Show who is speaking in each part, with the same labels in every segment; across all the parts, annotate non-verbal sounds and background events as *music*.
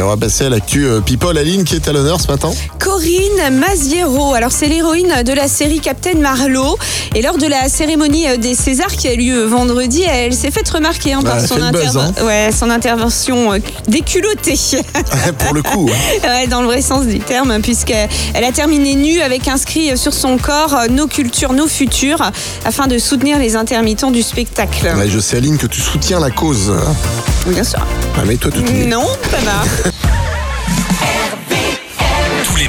Speaker 1: on va passer à l'actu euh, People, Aline, qui est à l'honneur ce matin. *laughs*
Speaker 2: Corinne Maziero. Alors, c'est l'héroïne de la série Captain Marlowe. Et lors de la cérémonie euh, des Césars qui a lieu vendredi, elle s'est faite remarquer hein,
Speaker 1: Bah,
Speaker 2: par
Speaker 1: elle
Speaker 2: son,
Speaker 1: fait le buzz,
Speaker 2: interve- ouais, son intervention euh, déculottée. *laughs*
Speaker 1: Pour le coup, hein.
Speaker 2: Ouais, dans le vrai sens du terme, hein, puisqu'elle a terminé nue avec inscrit sur son corps euh, Nos cultures, nos futurs, afin de soutenir les intermittents du spectacle.
Speaker 1: Ouais, je sais, Aline, que tu soutiens la cause.
Speaker 2: Bien sûr.
Speaker 1: Ah, mais toi, tu te
Speaker 2: Non, pas mal.
Speaker 3: Tous les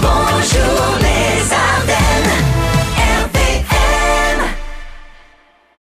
Speaker 4: bonjour les Ardennes.